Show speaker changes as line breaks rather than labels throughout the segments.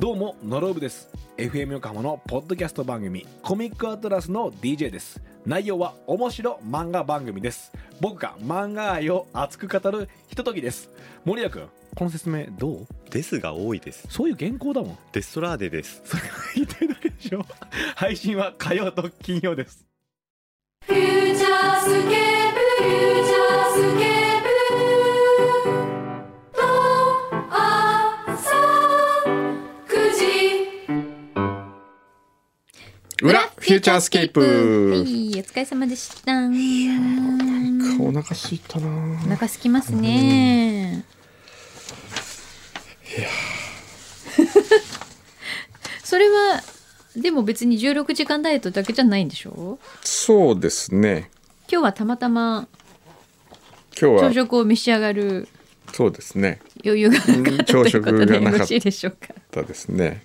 どうもノロブです FM 横浜のポッドキャスト番組コミックアトラスの DJ です内容は面白漫画番組です僕が漫画愛を熱く語るひとときです森谷君この説明どう
ですが多いです。
そういう原稿だもん
デストラーデです。
それが言ってるだけでしょ配信は火曜と金曜です
フューチャースケープフューチャースケープと朝9時
裏フューチャースケー
は
プ
い、お疲れ様でした。いや
お腹すいたな
お腹すきますね。それは、でも別に16時間ダイエットだけじゃないんでしょ
そうですね
今日はたまたま
今
朝
日は
食を召し上がる
そうですね
余裕がなかった
朝
という
食
こ
が
と
なかった
でよろしいでしょうか。
だですね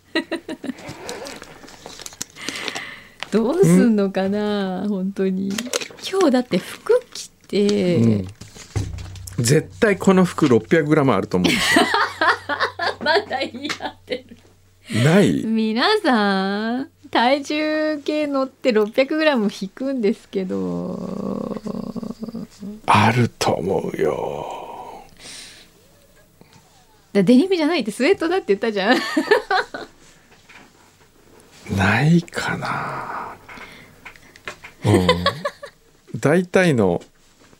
どうすんのかな、本当に。今日だって服着て、
絶対この服 600g あると思
まだ言い合ってる。
うない
皆さん体重計乗って600グラム引くんですけど
あると思うよ
だデニムじゃないってスウェットだって言ったじゃん
ないか なうん大体の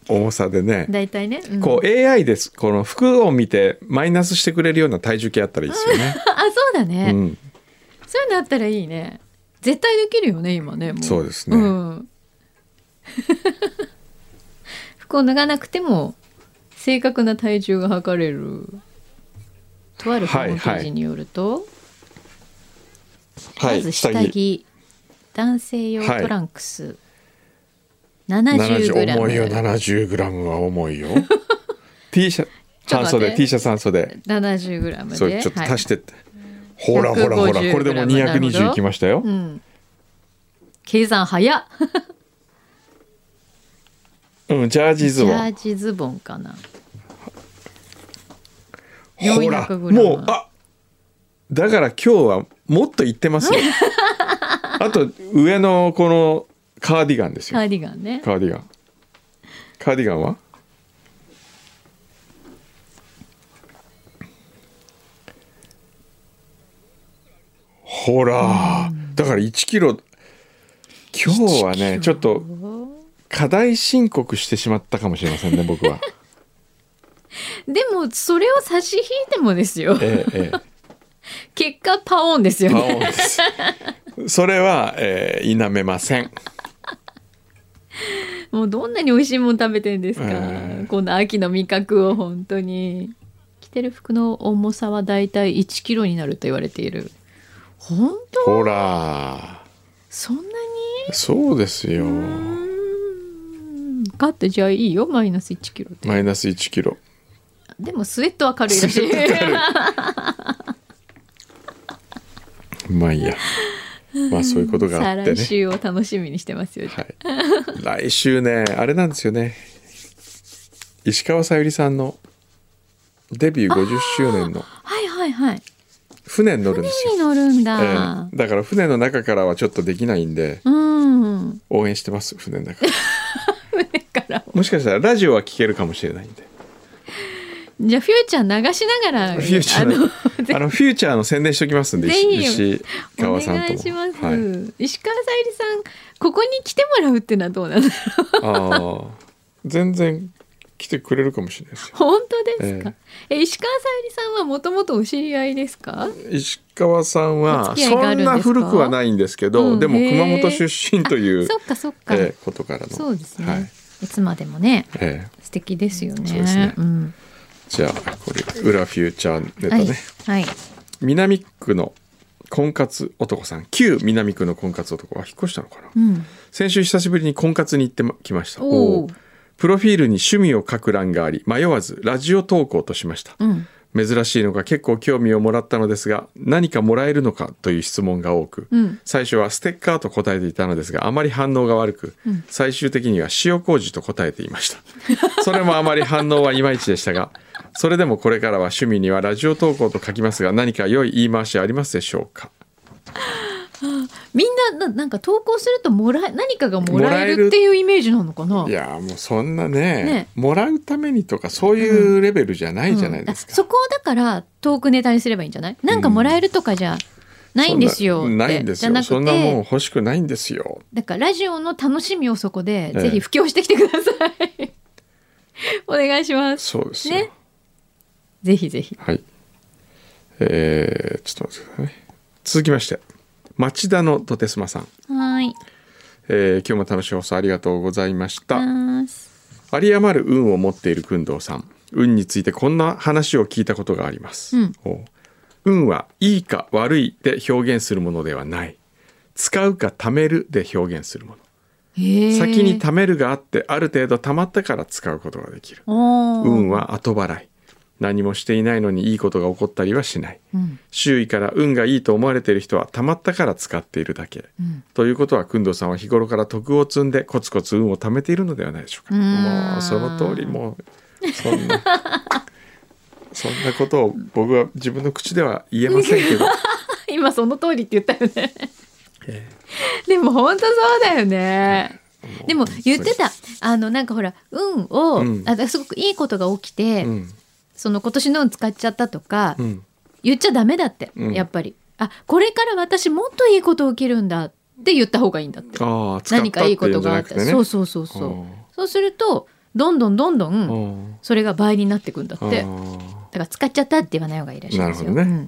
重さでね
大体ね、うん
こう AI ですこの服を見てマイナスしてくれるような体重計あったらいいですよね、
あそうだね、
うん、
そういうのあったらいいね絶対できるよね今ねもう
そうですね
ん、 服を脱がなくても正確な体重が測れるとあるホームページによると、
は
まず下着男性用トランクス、70グラム
重いよ 70g は重 いよ T シャ
ちょっと待
半袖
って
T シャツ半袖
70グラムで
それちょっと足してって、ほら
150
ほらほらこれでも
g なるほど
220いきましたよ、
はいうん、計算早っ
うんジャージ
ジ
ズボ
ャ
ン
ージズボンかなジ
ほら
400g
もうあだから今日はもっといって ますよあと上のこのカーディガンです
カ
よ
ーディガンね
カーディガンカーディガンはほらだから1キロ今日はねちょっと課題申告してしまったかもしれませんね僕は
でもそれを差し引いてもですよ
ええええ
結果パオンですよ
パ
ね
オンですそれは、えー、否めません
もうどんなに美味しいもん食べてんですか、
ええ
この秋の味覚を本当に着てる服の重さはだいたい1キロになると言われている本当
ほら
そんなに
そうですよ
うん分かったじゃあいいよマイナス1キロって
マイナス1キロ
でもスウェットは軽いらしい
まあいいやまあそういうことがあ
再
って
来
ね
週を楽しみにしてますよ、
はい、来週ねあれなんですよね石川さゆりさんのデビュー50周年の
はいはいはい
船に乗るんです
船に
よ、
乗るん
え
だ、
えだから船の中からはちょっとできないんで
うん
応援してます船の中
船から
もしかしたらラジオは聞けるかもしれないんで
じゃあフューチャー流しながら
フューチャーの
あの
あのフューチャーの宣伝しておきますんで
ぜひ
石石
お
川さんとも
願いします、
はい、
石川さゆりさんここに来てもらうってのはどうなの
ああ全然来てくれるかもしれないですよ
本当ですか、え石川さゆりさんはもともとお知り合いですか
石川さん
お
は
付き合いがあ
そ
るん
ん
ですか
な古くはないんですけど、
うん
でも
へー
熊本出身という
そっかそっか、
ええことからの
そうですね、
はいい、
つまでもね
ええ
素敵ですよね
そうですね
ん、
じゃあこれ裏フューチャーネタね、
はい、はい、
南区の婚活男さん旧南区の婚活男は引っ越したのかな、
うん、
先週久しぶりに婚活に行ってまきました
おお
おうプロフィールに趣味を書く欄があり迷わずラジオ投稿としました、
うん
珍しいのが結構興味をもらったのですが何かもらえるのかという質問が多く、
うん
最初はステッカーと答えていたのですがあまり反応が悪く、最終的には塩麹と答えていましたそれもあまり反応はいまいちでしたがそれでもこれからは趣味にはラジオ投稿と書きますが何か良い言い回しありますでしょうか
みんなななんか投稿するともらえ何かがもらえるっていうイメージなのかない
やーもうそんなね
ね
もらうためにとかそういうレベルじゃないじゃないです
うん
か、
あそこをだからトークネタにすればいいんじゃないなんかもらえるとかじゃないんですよっ
そ
て
んなないんです
じゃな
よ
くて
そんなもん欲しくないんですよ
だからラジオの楽しみをそこで、
ええ
ぜひ布教してきてください お願いします
そうですよ、
ねぜひぜひ
はいえー、ちょっと待ってくださいね続きまして町田のとてすまさん、
はーい
えー今日も楽しい放送ありがとうございました、
まーす
有り余る運を持っている工藤さん運についてこんな話を聞いたことがあります、
うん
おう運はいいか悪いで表現するものではない使うか貯めるで表現するも
へー
の先に貯めるがあってある程度貯まったから使うことができる
おー
運は後払い何もしていないのにいいことが起こったりはしない
うん
周囲から運がいいと思われている人はたまったから使っているだけ、
ん
ということは工藤さんは日頃から徳を積んでコツコツ運を貯めているのではないでしょうか
うーん
もうその通りもうそんな そんなことを僕は自分の口では言えませんけど
今その通りって言ったよねでも本当そうだよね でも言ってたあのなんかほら運を、
うん
あすごくいいことが起きて、
うん
その今年の運使っちゃったとか、
うん
言っちゃダメだって、
うん
やっぱりあこれから私もっといいこと起きるんだって言った方がいいんだって
ああ使ったっ
何か
て
い
い
いこ
うん
と
じゃ
があ
な
っ
く
た
て
ら
ね
そうそうそう
あー
そうそうするとどんどんどんどんそれが倍になってくんだっ
あ
てだ
ー
から使っちゃったって言わない方がいいらしいですよ
なるほどね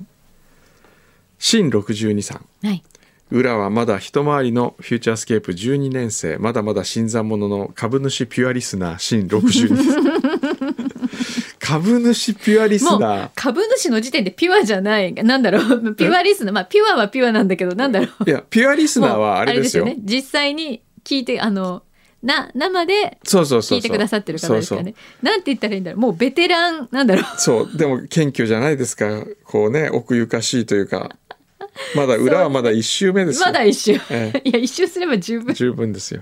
新62さん
うんはい
裏はまだ一回りのフューチャースケープ12年生まだまだ新参者の株主ピュアリスナー新62 株主ピュアリス
も
ナー
う株主の時点でピュアじゃないなんだろうピュアリスナーまあピュアはピュアなんだけどなんだろう
いやピュアリスナー
もう
はあれですよ
ね実際に聞いてあのな生で
そうそうそうそう
聞いてくださってる方ですよねなんて言ったらいいんだろうもうベテランなんだろう
そうそうそうでも謙虚じゃないですかこうね奥ゆかしいというかまだ裏はまだ1周目ですよ
まだ一周、
え
いや一周すれば十分
十分ですよ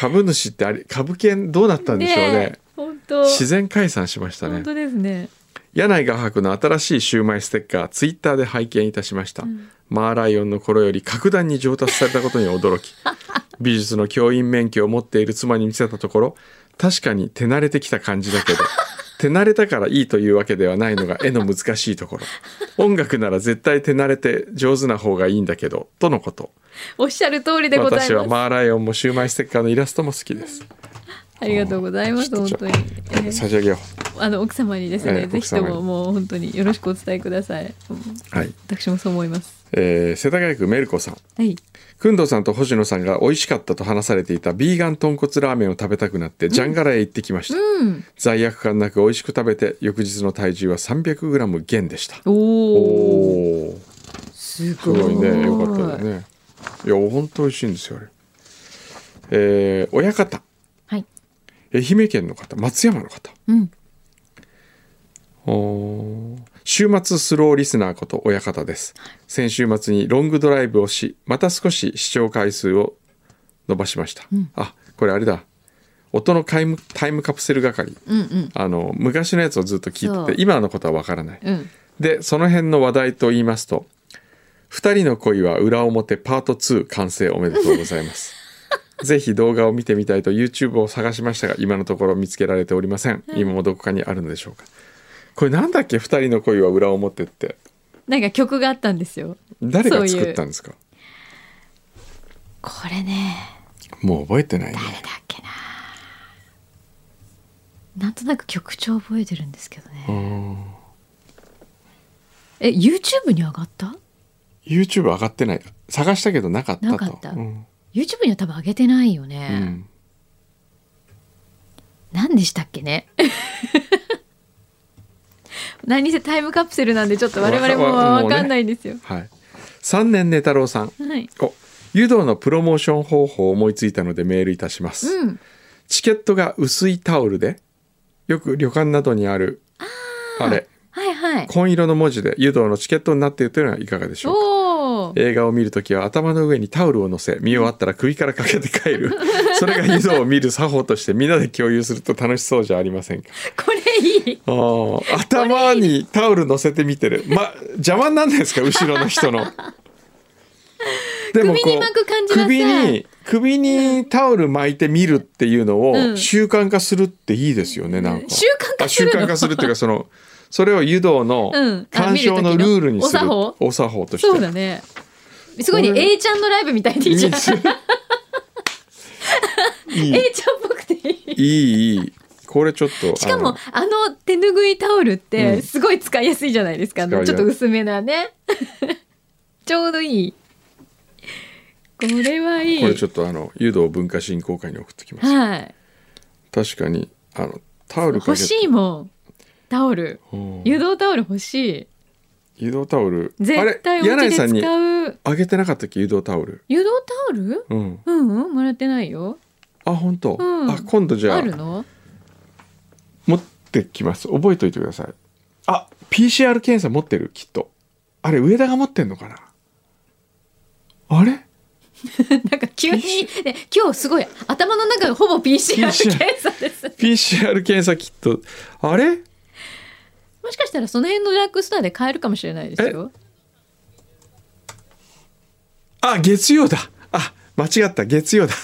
株主ってあれ株券どうなったんでしょうね
え本当
自然解散しましたね
本当ですね
柳井画伯の新しいシューマイステッカーツイッターで拝見いたしました、マーライオンの頃より格段に上達されたことに驚 き美術の教員免許を持っている妻に見せたところ確かに手慣れてきた感じだけど手慣れたからいいというわけではないのが絵の難しいところ音楽なら絶対手慣れて上手な方がいいんだけどとのこと
おっしゃる通りでござい
私は
ます
マーライオンもシューマイステッカーのイラストも好きです
ありがとうございます
ちょ
本
っと
当に、えー
差し上げよ
あの奥様にです
え
ね
え
ぜひとももう本当によろしくお伝えくださいうん
うはい、
私もそう思います
えー世田谷区メルコさん
はい
くんどうさんと星野さんが美味しかったと話されていたビーガン豚骨ラーメンを食べたくなってジャンガラへ行ってきました、
うん
罪悪感なく美味しく食べて翌日の体重は 300g 減でした
おおー
おーす
すごい
ごいねよかったですねいや本当美味しいんですよあれえー親方
はい
愛媛県の方松山の方
うん
おー週末スローリスナーこと親方です先週末にロングドライブをしまた少し視聴回数を伸ばしました、あこれあれだ音のタイムタイムカプセル係
うんうん
あの昔のやつをずっと聞いて
そう
て今のことはわからない
うん
でその辺の話題と言いますと「二人の恋は裏表パート2完成おめでとうござい ます」ぜひ動画を見てみたいと YouTube を探しましたが今のところ見つけられておりません今もどこかにあるのでしょうかこれなんだっけ二人の恋は裏表って
なんか曲があったんですよ
誰
そう
が
いう
作ったんですか
これね
もう覚えてないね
誰だっけななんとなく曲調覚えてるんですけどねえ YouTube に上がった
YouTube 上がってない探したけどなかったと
なかった
うん、
YouTube には多分上げてないよ
う
ね、
ん
何でしたっ けね何せタイムカプセルなんでちょっと我々も
わかわもうね
分かんないんですよ、
はい3年寝太郎さん
はい
お湯道のプロモーション方法を思いついたのでメールいたします、
うん
チケットが薄いタオルでよく旅館などにあるあれ
はいはい。
紺色の文字で湯道のチケットになっているというのはいかがでしょうか
おお。
映画を見るときは頭の上にタオルを乗せ見終わったら首からかけて帰る それが湯道を見る作法としてみんなで共有すると楽しそうじゃありませんか
これいい。
あー頭にタオル乗せて見てる、ま、邪魔になんないですか後ろの人 ので
首に巻く感じがさ
首に首にタオル巻いて見るっていうの
うん
を習慣化するっていいですよねなんか
習慣化
あ
す
習
るの。
慣化するっていうかそのそれを湯道の
うんあ
鑑賞のルールにする、
見る時の
お作法として
そうだね。すごいね
これ
A ちゃんのライブみたいでいいじゃん。A ちゃんっ
いい
ぽくていい。
いいいいこれちょっと
しか
あ
も
の
あの手ぬぐいタオルっ
う
て
ん
すごい使いやすいじゃないですか、あの
使いやすい
ちょっと薄めなね ちょうどいいこれはいい
これちょっとあの湯道文化振興会に送ってきます
はい
確かにあのタオルかけ
欲しいもんタオル
うん
湯道タオル欲し
湯道タオル
い絶対
あ
お
れ柳
家
井
で
さんに
使う
あげてなかったっけ湯道タオル
湯道タオル
うん
うんうんもらってないよ
あ本当、
うん
あ今度じゃ
あ
あ
るの
持ってきます覚えといてくださいあ PCR 検査持ってるきっとあれ上田が持ってんのかなあれ
なんか急に、ね、今日すごい頭の中がほぼ PCR 検査です。
PCR 検査キットあれ
もしかしたらその辺のドラッグストアで買えるかもしれないですよ。
あ月曜だあ間違った月曜だ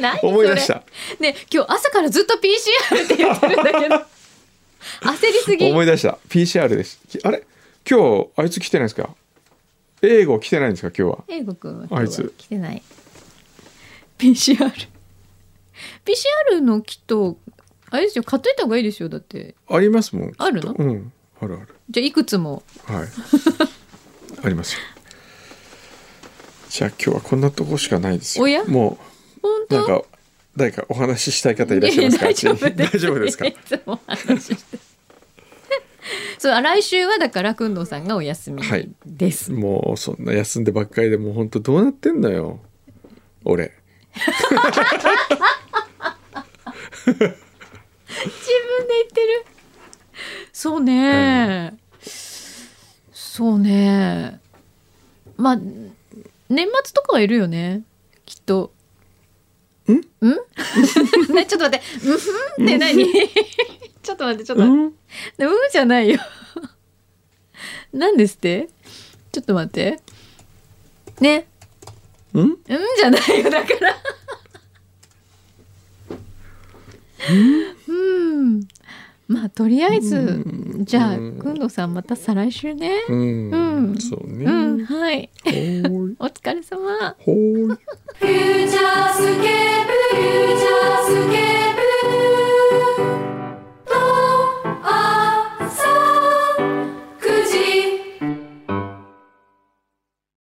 何それ
思い出した
ね今日朝からずっと PCR って言ってるんだけ ど焦りすぎ。
思い出した PCR ですきあれ今日あいつ来てないですか英語来てないんですか今日は
英語くんは今
あい
日は
つ
来てない。PCR。PCR のキットあれですよ買っといた方がいいですよだって
ありますもんきっと
あるの
うんあるある
じゃあいくつも
はいありますよじゃあ今日はこんなとこしかないですよ
おや
も
本
う
当
なんか誰かお話ししたい方いらっしゃいますか
やや大丈夫で
あっち
す。
に大丈夫ですか
いつも話して。そう来週はだからくんどうさんがお休み
はい
です。
もうそんな休んでばっかりでもう本当どうなってんのよ俺
自分で言ってる。そうね、そうね。まあ年末とかはいるよね。きっと。ん？ ん？ねちょっと待って。うんふんって何？ ちょっと待ってちょっと待って。
うん
でもうんじゃないよ。なんですってちょっと待って。ね。
うん
うんじゃないよ、だから。うん。まあ、とりあえず、じゃあ、くんどさん、また再来週ね。
うん、
うん
そうね、
うん、はい。
ほーい
お疲れ様。
ほーい